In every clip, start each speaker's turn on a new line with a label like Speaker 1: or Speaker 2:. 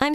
Speaker 1: I'm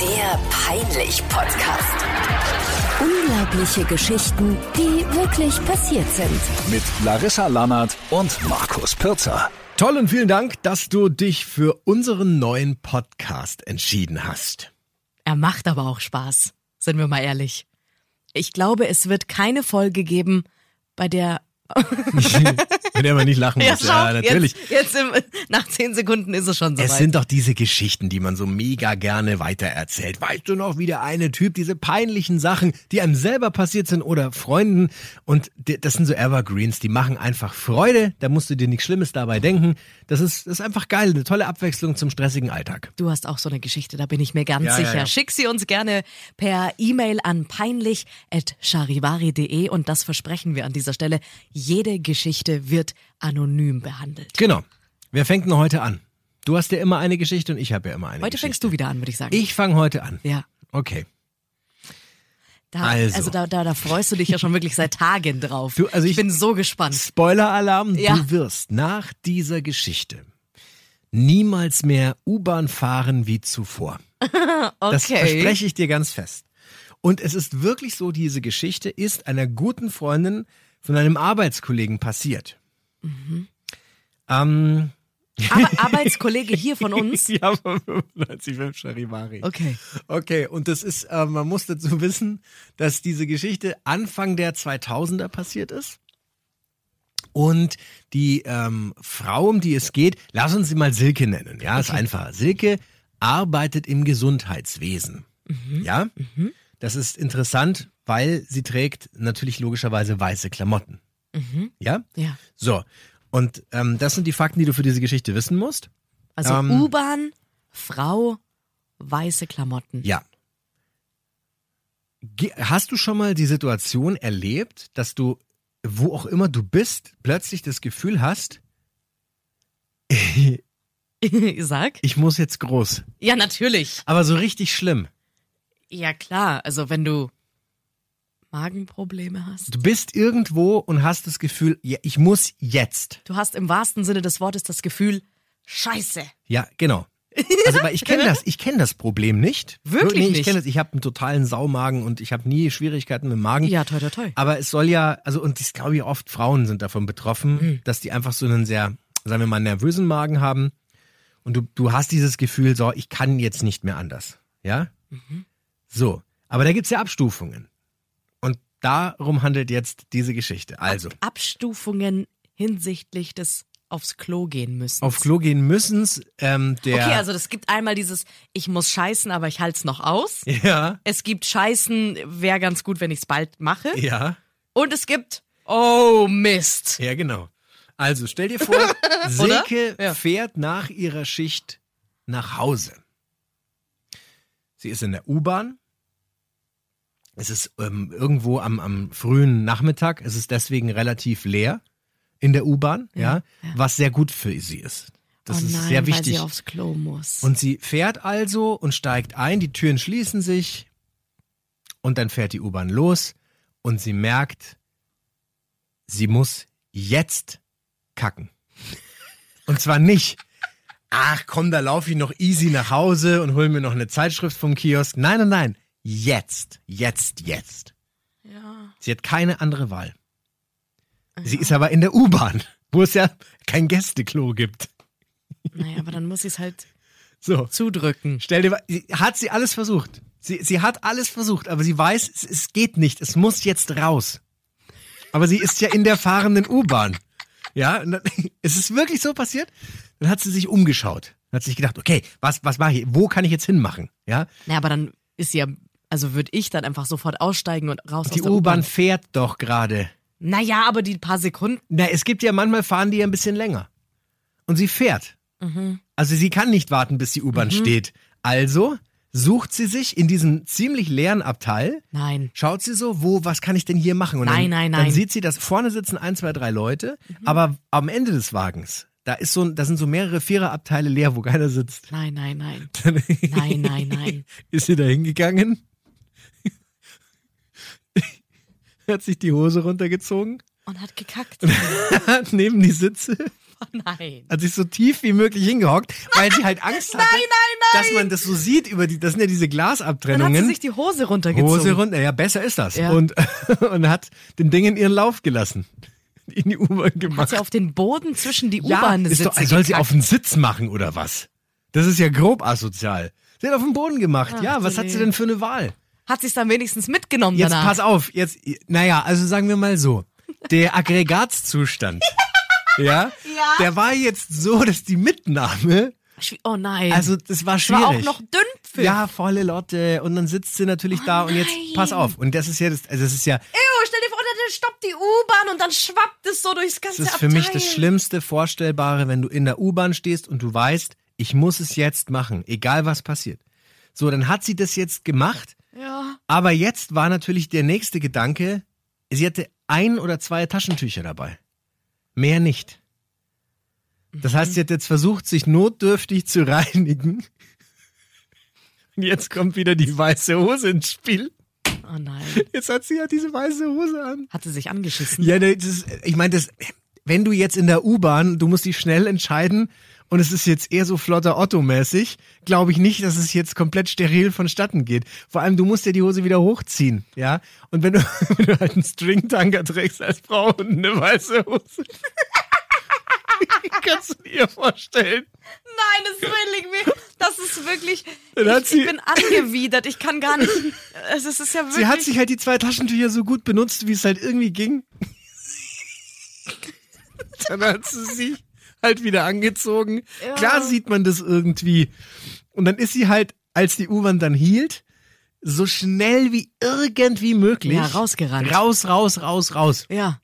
Speaker 2: Der Peinlich-Podcast.
Speaker 3: Unglaubliche Geschichten, die wirklich passiert sind.
Speaker 4: mit Larissa Lannert und Markus Pirzer.
Speaker 5: Toll und vielen Dank, dass du dich für unseren neuen Podcast entschieden hast.
Speaker 6: Er macht aber auch Spaß, sind wir mal ehrlich. Ich glaube, es wird keine Folge geben, bei der.
Speaker 5: Wenn er mal nicht lachen muss.
Speaker 6: schau,
Speaker 5: Ja, natürlich.
Speaker 6: Jetzt, jetzt im, nach zehn Sekunden ist es schon soweit.
Speaker 5: Es sind doch diese Geschichten, die man so mega gerne weitererzählt. Weißt du noch, wie der eine Typ, diese peinlichen Sachen, die einem selber passiert sind oder Freunden. Und d- das sind so Evergreens, die machen einfach Freude. Da musst du dir nichts Schlimmes dabei denken. Das ist, das ist einfach geil. Eine tolle Abwechslung zum stressigen Alltag.
Speaker 6: du hast auch so eine Geschichte, da bin ich mir ganz
Speaker 5: Ja, ja,
Speaker 6: sicher.
Speaker 5: ja.
Speaker 6: Schick sie uns gerne per E-Mail an peinlich.charivari.de und das versprechen wir an dieser Stelle. Jede Geschichte wird anonym behandelt.
Speaker 5: Genau. Wer fängt denn heute an? Du hast ja immer eine Geschichte und ich habe ja immer eine
Speaker 6: Heute
Speaker 5: Geschichte.
Speaker 6: fängst du wieder an, würde ich sagen.
Speaker 5: Ich fange heute an.
Speaker 6: Ja.
Speaker 5: Okay.
Speaker 6: Da,
Speaker 5: Also.
Speaker 6: also da, da, da freust du dich ja schon wirklich seit Tagen drauf.
Speaker 5: Du, also ich-
Speaker 6: ich bin so gespannt.
Speaker 5: Spoiler-Alarm,
Speaker 6: Ja.
Speaker 5: du wirst nach dieser Geschichte niemals mehr U-Bahn fahren wie zuvor.
Speaker 6: Okay.
Speaker 5: Das verspreche ich dir ganz fest. Und es ist wirklich so, diese Geschichte ist einer guten Freundin von einem Arbeitskollegen passiert.
Speaker 6: Mhm.
Speaker 5: Ähm,
Speaker 6: Ar Arbeitskollege hier von uns.
Speaker 5: ja, 95 Charivari.
Speaker 6: Okay.
Speaker 5: Okay, und das ist, äh, man muss dazu wissen, dass diese Geschichte Anfang der 2000er passiert ist. Und die ähm, Frau, um die es geht, lass uns sie mal Silke nennen. Ja, ist einfacher. Silke arbeitet im Gesundheitswesen. Ja, das ist interessant, weil sie trägt natürlich logischerweise weiße Klamotten. Ja,
Speaker 6: Ja.
Speaker 5: so. Und ähm, das sind die Fakten, die du für diese Geschichte wissen musst.
Speaker 6: Also
Speaker 5: Ähm.
Speaker 6: U-Bahn, Frau, weiße Klamotten.
Speaker 5: Ja. Ge- Hast du schon mal die Situation erlebt, dass du, wo auch immer du bist, plötzlich das Gefühl hast,
Speaker 6: Sag.
Speaker 5: ich muss jetzt groß?
Speaker 6: Ja, natürlich.
Speaker 5: Aber so richtig schlimm.
Speaker 6: Ja, klar. Also wenn du Magenprobleme hast.
Speaker 5: Du bist irgendwo und hast das Gefühl, ja, ich muss jetzt.
Speaker 6: Du hast im wahrsten Sinne des Wortes das Gefühl, scheiße.
Speaker 5: Ja, genau. Also, weil ich kenne das, ich kenne das Problem nicht.
Speaker 6: Wirklich
Speaker 5: Nee, Ich
Speaker 6: nicht?
Speaker 5: kenne das, ich habe einen totalen Saumagen und ich habe nie Schwierigkeiten mit dem Magen.
Speaker 6: Ja, toi, toi, toi.
Speaker 5: Aber es soll ja, also und ich glaube ja oft Frauen sind davon betroffen,
Speaker 6: Mhm.
Speaker 5: dass die einfach so einen sehr, sagen wir mal, nervösen Magen haben. Und du, du hast dieses Gefühl, so, ich kann jetzt nicht mehr anders. Ja?
Speaker 6: Mhm.
Speaker 5: So. Aber da gibt's ja Abstufungen. Und darum handelt jetzt diese Geschichte. Also,
Speaker 6: Abstufungen hinsichtlich des aufs Klo gehen müssen.
Speaker 5: auf Klo gehen müssen's, ähm, der.
Speaker 6: Okay, also es gibt einmal dieses, ich muss scheißen, aber ich halte es noch aus.
Speaker 5: ja,
Speaker 6: Es gibt Scheißen, wäre ganz gut, wenn ich es bald mache.
Speaker 5: ja.
Speaker 6: Und es gibt, oh Mist.
Speaker 5: Ja, genau. Also stell dir vor, Silke
Speaker 6: Ja.
Speaker 5: fährt nach ihrer Schicht nach Hause. Sie ist in der U-Bahn. Es ist ähm, irgendwo am, am frühen Nachmittag. Es ist deswegen relativ leer in der U-Bahn, ja, was sehr gut für sie ist. Das
Speaker 6: oh
Speaker 5: ist
Speaker 6: nein,
Speaker 5: sehr
Speaker 6: Weil
Speaker 5: wichtig.
Speaker 6: sie aufs Klo muss.
Speaker 5: Und sie fährt also und steigt ein, die Türen schließen sich und dann fährt die U-Bahn los und sie merkt, sie muss jetzt kacken. Und zwar nicht, ach komm, da laufe ich noch easy nach Hause und hol mir noch eine Zeitschrift vom Kiosk. Nein, nein, nein, jetzt, jetzt, jetzt.
Speaker 6: ja.
Speaker 5: Sie hat keine andere Wahl. Sie ist aber in der U-Bahn, wo es ja kein Gästeklo gibt.
Speaker 6: Naja, aber dann muss ich es halt
Speaker 5: So.
Speaker 6: zudrücken.
Speaker 5: Stell dir, wa- sie- hat sie alles versucht. Sie, sie hat alles versucht, aber sie weiß, es, es geht nicht. Es muss jetzt raus. Aber sie ist ja in der fahrenden U-Bahn. Ja, und dann, es ist wirklich so passiert. Dann hat sie sich umgeschaut. Dann hat sich gedacht, okay, was, was mache ich? Wo kann ich jetzt hinmachen? Ja,
Speaker 6: Naja, aber dann ist sie ja, also würde ich dann einfach sofort aussteigen und raus
Speaker 5: die
Speaker 6: aus der
Speaker 5: U-Bahn fährt doch gerade.
Speaker 6: Naja, aber die paar Sekunden. Mhm.
Speaker 5: Na, es gibt ja manchmal fahren die ja ein bisschen länger. Und sie fährt. Also sie kann nicht warten, bis die U-Bahn steht. Also sucht sie sich in diesem ziemlich leeren Abteil.
Speaker 6: Nein.
Speaker 5: Schaut sie so, wo, was kann ich denn hier machen? Und dann,
Speaker 6: Nein, nein,
Speaker 5: Dann
Speaker 6: nein. Mhm.
Speaker 5: sieht sie, dass vorne sitzen ein, zwei, drei Leute, aber am Ende des Wagens, da ist so, ein- da sind so mehrere Viererabteile leer, wo keiner sitzt.
Speaker 6: Nein, nein, nein.
Speaker 5: Dann
Speaker 6: Nein, nein, nein.
Speaker 5: Ist sie da hingegangen? Hat sich die Hose runtergezogen?
Speaker 6: Und hat gekackt.
Speaker 5: Hat neben die Sitze?
Speaker 6: Oh nein.
Speaker 5: hat sich so tief wie möglich hingehockt, weil sie halt Angst hatte,
Speaker 6: Nein, nein, nein.
Speaker 5: dass man das so sieht über die, das sind ja diese
Speaker 6: Dann hat sie
Speaker 5: Glasabtrennungen.
Speaker 6: sich die Hose runtergezogen.
Speaker 5: Hose runter, ja, besser ist das.
Speaker 6: Ja.
Speaker 5: Und, und hat den Dingen ihren Lauf gelassen. In die U-Bahn
Speaker 6: Hat
Speaker 5: gemacht.
Speaker 6: sie auf den Boden zwischen die
Speaker 5: ja, ist
Speaker 6: U-Bahn-Sitze
Speaker 5: doch, soll sie
Speaker 6: gekackt.
Speaker 5: auf den Sitz machen oder was? Das ist ja grob asozial. Sie hat auf den Boden gemacht. ja, was hat sie denn für eine Wahl?
Speaker 6: Hat sie es dann wenigstens mitgenommen
Speaker 5: Jetzt
Speaker 6: danach?
Speaker 5: pass auf, jetzt, naja, also sagen wir mal so, der Aggregatzustand, ja, der war jetzt so, dass die Mitnahme
Speaker 6: Schwie- Oh nein.
Speaker 5: Also das war
Speaker 6: es war
Speaker 5: schwierig.
Speaker 6: auch noch Oh Dünnpfiff.
Speaker 5: ja, volle Lotte. Und dann sitzt sie natürlich da und jetzt pass auf. Und das ist ja das, also das ist ja,
Speaker 6: Ew, stell dir vor, dann stoppt die U-Bahn und dann schwappt es so durchs ganze
Speaker 5: das ist für
Speaker 6: Abteil.
Speaker 5: mich das Schlimmste Vorstellbare, wenn du in der U-Bahn stehst und du weißt, ich muss es jetzt machen, egal was passiert. So, dann hat sie das jetzt gemacht.
Speaker 6: Ja.
Speaker 5: Aber jetzt war natürlich der nächste Gedanke, sie hatte ein oder zwei Taschentücher dabei. Mehr nicht. Das heißt, sie hat jetzt versucht, sich notdürftig zu reinigen. Und jetzt kommt wieder die weiße Hose ins Spiel.
Speaker 6: Oh nein.
Speaker 5: Jetzt hat sie ja diese weiße Hose an.
Speaker 6: Hatte sich angeschissen.
Speaker 5: Ja, ne, das ist, ich meine, das, wenn du jetzt in der U-Bahn, du musst dich schnell entscheiden und es ist jetzt eher so flotter Otto-mäßig, glaube ich nicht, dass es jetzt komplett steril vonstatten geht. Vor allem, du musst ja die Hose wieder hochziehen, ja? Und wenn du, wenn du halt einen Stringtanker trägst als Frau und eine weiße Hose. Kannst du dir vorstellen?
Speaker 6: Nein, das will ich mir. Das ist wirklich.
Speaker 5: Dann hat
Speaker 6: Ich,
Speaker 5: sie-
Speaker 6: ich bin angewidert. Ich kann gar nicht. Es ist, es ist ja wirklich.
Speaker 5: Sie hat sich halt die zwei Taschentücher so gut benutzt, wie es halt irgendwie ging. Dann hat sie sie halt wieder angezogen. Klar sieht man das irgendwie. Und dann ist sie halt, als die U-Bahn dann hielt, so schnell wie irgendwie möglich.
Speaker 6: Ja, rausgerannt.
Speaker 5: Raus, raus, raus, raus.
Speaker 6: ja.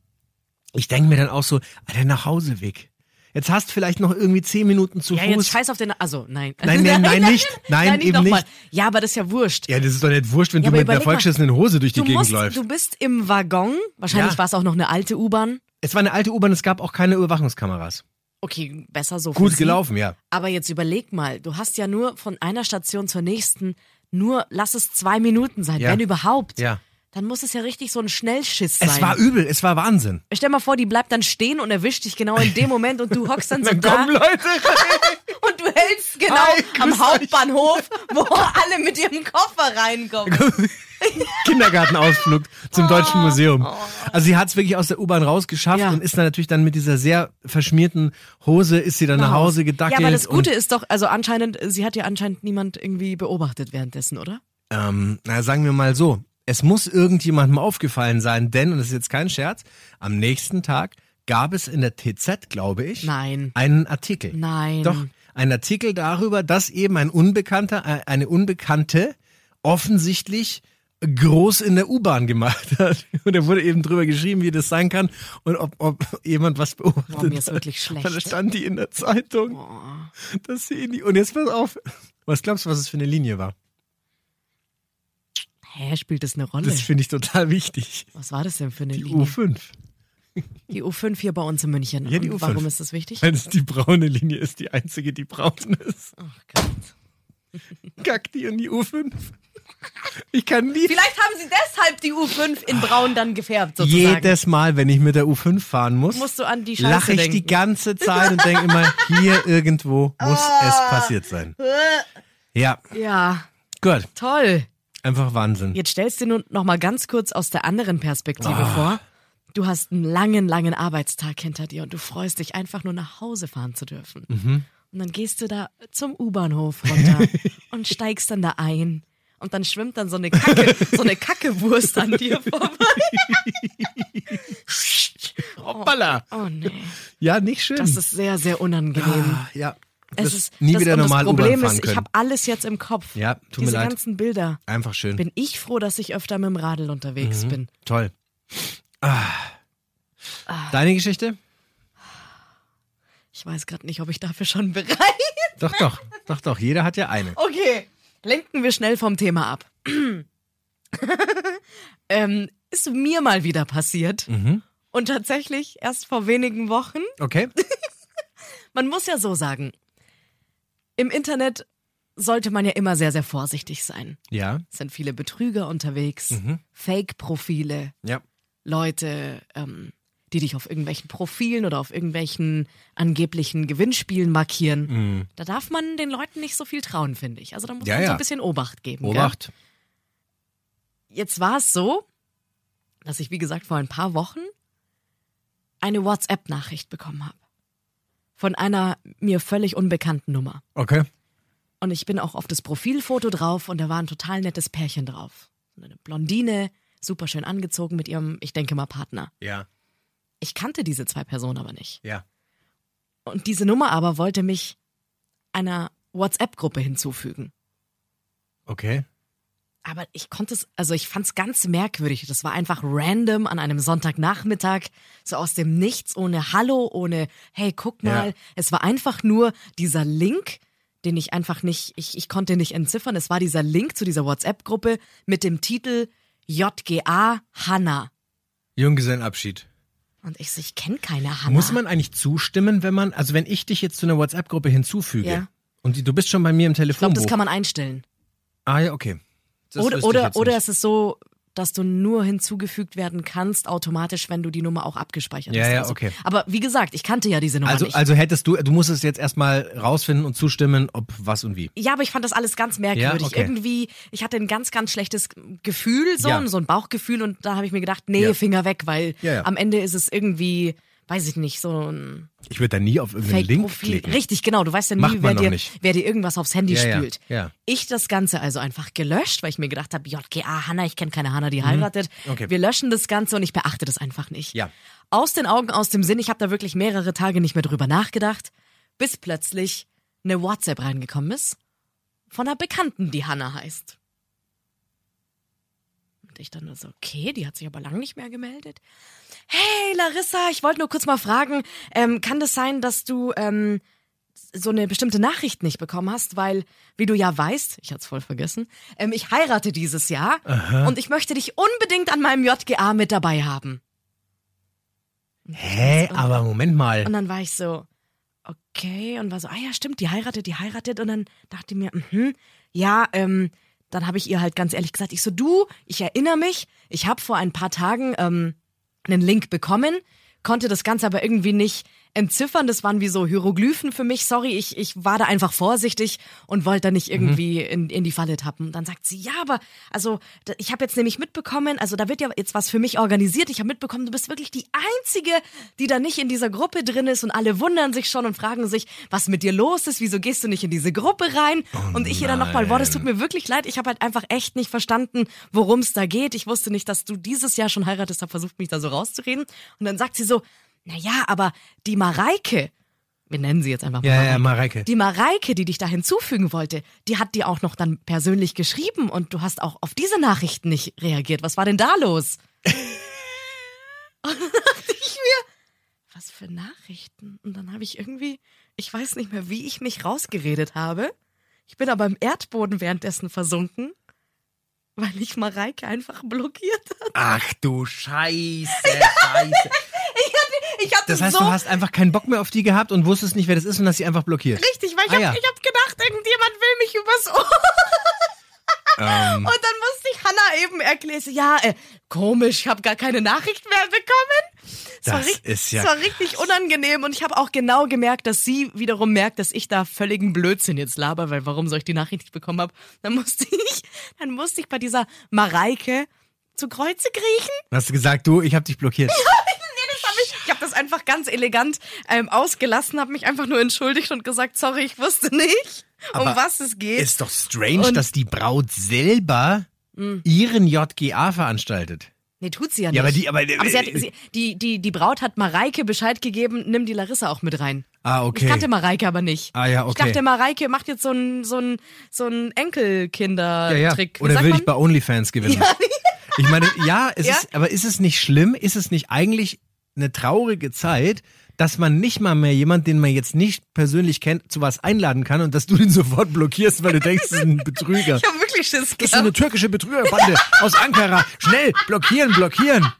Speaker 5: Ich denke mir dann auch so, Alter, nach Hause weg. Jetzt hast vielleicht noch irgendwie zehn Minuten zu
Speaker 6: Ja,
Speaker 5: Fuß.
Speaker 6: jetzt scheiß auf den. Also, nein.
Speaker 5: Nein, nein, nein, nicht. Nein, eben
Speaker 6: nochmal.
Speaker 5: nicht.
Speaker 6: Ja, aber das ist ja wurscht.
Speaker 5: ja, das ist doch nicht wurscht, wenn
Speaker 6: Ja,
Speaker 5: du
Speaker 6: aber
Speaker 5: mit einer
Speaker 6: überleg mal,
Speaker 5: vollgeschissenen Hose durch die
Speaker 6: du,
Speaker 5: Gegend
Speaker 6: musst,
Speaker 5: läufst.
Speaker 6: du bist im Waggon. Wahrscheinlich
Speaker 5: Ja.
Speaker 6: war es auch noch eine alte U-Bahn.
Speaker 5: Es war eine alte U-Bahn, es gab auch keine Überwachungskameras.
Speaker 6: Okay, besser so. für
Speaker 5: Gut
Speaker 6: sie.
Speaker 5: gelaufen, ja.
Speaker 6: Aber jetzt überleg mal, du hast ja nur von einer Station zur nächsten nur, lass es zwei Minuten sein,
Speaker 5: Ja.
Speaker 6: wenn überhaupt.
Speaker 5: Ja.
Speaker 6: Dann muss es ja richtig so ein Schnellschiss sein.
Speaker 5: Es war übel, es war Wahnsinn.
Speaker 6: Stell mal vor, die bleibt dann stehen und erwischt dich genau in dem Moment und du hockst dann so da
Speaker 5: Leute rein.
Speaker 6: und du hältst genau
Speaker 5: Hi,
Speaker 6: am
Speaker 5: grüß
Speaker 6: Hauptbahnhof, wo alle mit ihrem Koffer reinkommen.
Speaker 5: Kindergartenausflug zum Deutschen Museum. Also sie hat es wirklich aus der U-Bahn rausgeschafft
Speaker 6: Ja.
Speaker 5: und ist dann natürlich dann mit dieser sehr verschmierten Hose, ist sie dann nach Hause gedackelt.
Speaker 6: Ja, aber das Gute
Speaker 5: und,
Speaker 6: ist doch, also anscheinend, sie hat ja anscheinend niemand irgendwie beobachtet währenddessen, oder?
Speaker 5: ähm, na, sagen wir mal so, es muss irgendjemandem aufgefallen sein, denn, und das ist jetzt kein Scherz, am nächsten Tag gab es in der TZ, glaube ich,
Speaker 6: Nein.
Speaker 5: einen Artikel.
Speaker 6: Nein.
Speaker 5: Doch, ein Artikel darüber, dass eben ein Unbekannter, äh, eine Unbekannte offensichtlich groß in der U-Bahn gemacht hat. Und da wurde eben drüber geschrieben, wie das sein kann und ob, ob jemand was beobachtet
Speaker 6: Boah, mir ist
Speaker 5: hat.
Speaker 6: wirklich schlecht.
Speaker 5: Und Da stand die in der Zeitung, dass sie in die... Und jetzt pass auf, was glaubst du, was es für eine Linie war?
Speaker 6: Hä, spielt das eine Rolle?
Speaker 5: Das finde ich total wichtig.
Speaker 6: Was war das denn für eine
Speaker 5: Die
Speaker 6: Linie?
Speaker 5: U5,
Speaker 6: Die U5 hier bei uns in München.
Speaker 5: Ja, die
Speaker 6: Und
Speaker 5: U5.
Speaker 6: Warum ist das wichtig?
Speaker 5: weil es die braune Linie ist, die einzige, die braun ist.
Speaker 6: Ach Gott.
Speaker 5: Kack die in die U5. Ich kann nie
Speaker 6: Vielleicht haben sie deshalb die U5 in braun dann gefärbt, sozusagen.
Speaker 5: Jedes Mal, wenn ich mit der U5 fahren muss,
Speaker 6: Musst du an die Scheiße
Speaker 5: lache ich
Speaker 6: denken.
Speaker 5: die ganze Zeit und denke immer, hier irgendwo muss
Speaker 6: Ah.
Speaker 5: es passiert sein. Ja,
Speaker 6: ja,
Speaker 5: gut.
Speaker 6: toll.
Speaker 5: Einfach Wahnsinn.
Speaker 6: Jetzt stellst du dir nun noch mal ganz kurz aus der anderen Perspektive
Speaker 5: Ah.
Speaker 6: vor. Du hast einen langen, langen Arbeitstag hinter dir und du freust dich einfach nur nach Hause fahren zu dürfen.
Speaker 5: Mhm.
Speaker 6: Und dann gehst du da zum U-Bahnhof runter und steigst dann da ein. Und dann schwimmt dann so eine Kacke, so eine Kackewurst an dir vorbei.
Speaker 5: Hoppala.
Speaker 6: Oh nee.
Speaker 5: Ja, nicht schön.
Speaker 6: Das ist sehr, sehr unangenehm.
Speaker 5: Ah, ja. Du
Speaker 6: Es
Speaker 5: wirst
Speaker 6: ist
Speaker 5: nie
Speaker 6: das,
Speaker 5: wieder
Speaker 6: und
Speaker 5: normal
Speaker 6: Das
Speaker 5: U-Bahn
Speaker 6: Problem
Speaker 5: fahren
Speaker 6: ist, ich
Speaker 5: können.
Speaker 6: habe alles jetzt im Kopf.
Speaker 5: Ja, tut mir
Speaker 6: Diese
Speaker 5: leid. Mhm.
Speaker 6: ganzen Bilder.
Speaker 5: Einfach schön.
Speaker 6: Bin ich froh, dass ich öfter mit dem Radl
Speaker 5: Mhm.
Speaker 6: unterwegs bin.
Speaker 5: Toll. Ah. Deine Geschichte?
Speaker 6: Ich weiß gerade nicht, ob ich dafür schon bereit bin.
Speaker 5: Doch, doch, doch, doch. Jeder hat ja eine.
Speaker 6: Okay, lenken wir schnell vom Thema ab. ähm, ist mir mal wieder passiert.
Speaker 5: Mhm.
Speaker 6: Und tatsächlich erst vor wenigen Wochen.
Speaker 5: Okay?
Speaker 6: Man muss ja so sagen, im Internet sollte man ja immer sehr, sehr vorsichtig sein.
Speaker 5: Ja.
Speaker 6: Es sind viele Betrüger unterwegs,
Speaker 5: Mhm.
Speaker 6: Fake-Profile,
Speaker 5: Ja.
Speaker 6: Leute, ähm, die dich auf irgendwelchen Profilen oder auf irgendwelchen angeblichen Gewinnspielen markieren. Da darf man den Leuten nicht so viel trauen, finde ich. Also da muss
Speaker 5: Mhm. Ja,
Speaker 6: man so
Speaker 5: ja.
Speaker 6: ein bisschen Obacht geben.
Speaker 5: Obacht.
Speaker 6: Gell? Jetzt war es so, dass ich, wie gesagt, vor ein paar Wochen eine WhatsApp-Nachricht bekommen habe. Von einer mir völlig unbekannten Nummer.
Speaker 5: Okay.
Speaker 6: Und ich bin auch auf das Profilfoto drauf und da war ein total nettes Pärchen drauf. Eine Blondine, super schön angezogen mit ihrem, ich denke mal, Partner.
Speaker 5: Ja,
Speaker 6: Ich kannte diese zwei Personen aber nicht.
Speaker 5: ja.
Speaker 6: Und diese Nummer aber wollte mich einer WhatsApp-Gruppe hinzufügen.
Speaker 5: Okay.
Speaker 6: Aber ich konnte es, also ich fand es ganz merkwürdig. Das war einfach random an einem Sonntagnachmittag, so aus dem Nichts, ohne Hallo, ohne Hey, guck mal.
Speaker 5: Ja.
Speaker 6: Es war einfach nur dieser Link, den ich einfach nicht, ich, ich konnte nicht entziffern. Es war dieser Link zu dieser WhatsApp-Gruppe mit dem Titel JGA Hanna.
Speaker 5: Junggesellenabschied.
Speaker 6: Und ich so, ich kenne keine Hanna.
Speaker 5: Muss man eigentlich zustimmen, wenn man, also wenn ich dich jetzt zu einer WhatsApp-Gruppe hinzufüge
Speaker 6: Ja.
Speaker 5: und die, du bist schon bei mir im
Speaker 6: ich
Speaker 5: Telefonbuch.
Speaker 6: glaube, das kann man einstellen.
Speaker 5: ah ja, okay. Das wüsste
Speaker 6: oder
Speaker 5: ich
Speaker 6: oder,
Speaker 5: jetzt
Speaker 6: oder
Speaker 5: nicht.
Speaker 6: es ist so, dass du nur hinzugefügt werden kannst, automatisch, wenn du die Nummer auch abgespeichert
Speaker 5: Ja,
Speaker 6: hast.
Speaker 5: ja,
Speaker 6: Also-
Speaker 5: okay.
Speaker 6: Aber wie gesagt, ich kannte ja diese Nummer
Speaker 5: also,
Speaker 6: nicht.
Speaker 5: also hättest du, du musstest jetzt erstmal rausfinden und zustimmen, ob was und wie.
Speaker 6: ja, aber ich fand das alles ganz merkwürdig.
Speaker 5: Ja, okay.
Speaker 6: Irgendwie, ich hatte ein ganz, ganz schlechtes Gefühl, so,
Speaker 5: Ja.
Speaker 6: so ein Bauchgefühl, und da habe ich mir gedacht, nee,
Speaker 5: Ja.
Speaker 6: Finger weg, weil
Speaker 5: Ja, ja.
Speaker 6: am Ende ist es irgendwie, weiß ich nicht, so ein
Speaker 5: Ich würde da nie auf irgendeinen Link
Speaker 6: Fake-Profil.
Speaker 5: klicken.
Speaker 6: Richtig, genau. Du weißt ja nie,
Speaker 5: Macht
Speaker 6: wer
Speaker 5: man noch
Speaker 6: dir,
Speaker 5: nicht.
Speaker 6: wer dir irgendwas aufs Handy
Speaker 5: Ja, ja,
Speaker 6: spült.
Speaker 5: ja.
Speaker 6: Ich das Ganze also einfach gelöscht, weil ich mir gedacht habe, JGA, Hanna, ich kenne keine Hanna, die heiratet.
Speaker 5: Mhm. Okay.
Speaker 6: Wir löschen das Ganze und ich beachte das einfach nicht.
Speaker 5: Ja.
Speaker 6: Aus den Augen, aus dem Sinn. Ich habe da wirklich mehrere Tage nicht mehr drüber nachgedacht, bis plötzlich eine WhatsApp reingekommen ist von einer Bekannten, die Hanna heißt. Und ich dann nur so, okay, die hat sich aber lang nicht mehr gemeldet. Hey Larissa, ich wollte nur kurz mal fragen, ähm, kann das sein, dass du ähm, so eine bestimmte Nachricht nicht bekommen hast? Weil, wie du ja weißt, ich hatte es voll vergessen, ähm, ich heirate dieses Jahr und ich möchte dich unbedingt an meinem JGA mit dabei haben.
Speaker 5: Hä, aber Moment mal.
Speaker 6: Und dann war ich so, okay, und war so, ah ja, stimmt, die heiratet, die heiratet. Und dann dachte ich mir, mhm, ja, ähm, dann habe ich ihr halt ganz ehrlich gesagt, ich so, du, ich erinnere mich, ich habe vor ein paar Tagen ähm, einen Link bekommen, konnte das Ganze aber irgendwie nicht entziffern. Das waren wie so Hieroglyphen für mich. Sorry, ich, ich war da einfach vorsichtig und wollte da nicht irgendwie in, in die Falle tappen. Und dann sagt sie, ja, aber also da, ich habe jetzt nämlich mitbekommen, also da wird ja jetzt was für mich organisiert. Ich habe mitbekommen, du bist wirklich die Einzige, die da nicht in dieser Gruppe drin ist und alle wundern sich schon und fragen sich, was mit dir los ist, wieso gehst du nicht in diese Gruppe rein? und ich ihr dann nochmal, boah, das tut mir wirklich leid. Ich habe halt einfach echt nicht verstanden, worum es da geht. Ich wusste nicht, dass du dieses Jahr schon heiratest, habe versucht, mich da so rauszureden. Und dann sagt sie so, naja, aber die Mareike, wir nennen sie jetzt einfach mal
Speaker 5: Ja, ja, Mareike.
Speaker 6: die Mareike, die dich da hinzufügen wollte, die hat dir auch noch dann persönlich geschrieben und du hast auch auf diese Nachrichten nicht reagiert. Was war denn da los? und dann dachte ich mir, was für Nachrichten? Und dann habe ich irgendwie, ich weiß nicht mehr, wie ich mich rausgeredet habe. Ich bin aber im Erdboden währenddessen versunken, weil ich Mareike einfach blockiert habe.
Speaker 5: Ach du Scheiße, Scheiße.
Speaker 6: Ich hatte
Speaker 5: Das heißt,
Speaker 6: so
Speaker 5: du hast einfach keinen Bock mehr auf die gehabt und wusstest nicht, wer das ist und hast sie einfach blockiert.
Speaker 6: Richtig, weil ich
Speaker 5: Ah,
Speaker 6: hab,
Speaker 5: ja.
Speaker 6: ich hab gedacht, irgendjemand will mich übers Ohr.
Speaker 5: Ähm.
Speaker 6: Und dann musste ich Hannah eben erklären, so, ja, äh, komisch, ich habe gar keine Nachricht mehr bekommen. Es war
Speaker 5: Das
Speaker 6: richt-
Speaker 5: ist ja
Speaker 6: Es war richtig unangenehm und ich habe auch genau gemerkt, dass sie wiederum merkt, dass ich da völligen Blödsinn jetzt laber, weil warum soll ich die Nachricht nicht bekommen hab? Dann musste ich, dann musste ich bei dieser Mareike zu Kreuze kriechen.
Speaker 5: Dann hast du gesagt, du, ich hab dich blockiert.
Speaker 6: Hab ich ich habe das einfach ganz elegant ähm, ausgelassen, habe mich einfach nur entschuldigt und gesagt, sorry, ich wusste nicht, um
Speaker 5: Aber
Speaker 6: was es geht.
Speaker 5: Ist doch strange,
Speaker 6: Und- Hm.
Speaker 5: dass die Braut selber ihren JGA veranstaltet.
Speaker 6: Nee, tut sie ja nicht.
Speaker 5: Ja, aber die- aber-
Speaker 6: sie hat, sie, die, die, die Braut hat Mareike Bescheid gegeben, nimm die Larissa auch mit rein.
Speaker 5: Ah, okay.
Speaker 6: Ich kannte Mareike aber nicht.
Speaker 5: Ah, ja,
Speaker 6: Ich
Speaker 5: okay.
Speaker 6: dachte, Mareike macht jetzt so einen so einen- so einen
Speaker 5: Ja, ja.
Speaker 6: Enkelkinder-Trick. Wie
Speaker 5: Oder
Speaker 6: sagt
Speaker 5: will
Speaker 6: man?
Speaker 5: ich bei OnlyFans gewinnen? Ich meine, ja, es
Speaker 6: Ja?
Speaker 5: Ist, aber ist es nicht schlimm? Ist es nicht eigentlich eine traurige Zeit, dass man nicht mal mehr jemand, den man jetzt nicht persönlich kennt, zu was einladen kann und dass du den sofort blockierst, weil du denkst, das ist ein Betrüger.
Speaker 6: Ich habe wirklich Schiss
Speaker 5: Das ist so eine
Speaker 6: gehabt.
Speaker 5: türkische Betrügerbande aus Ankara. Schnell, blockieren, blockieren.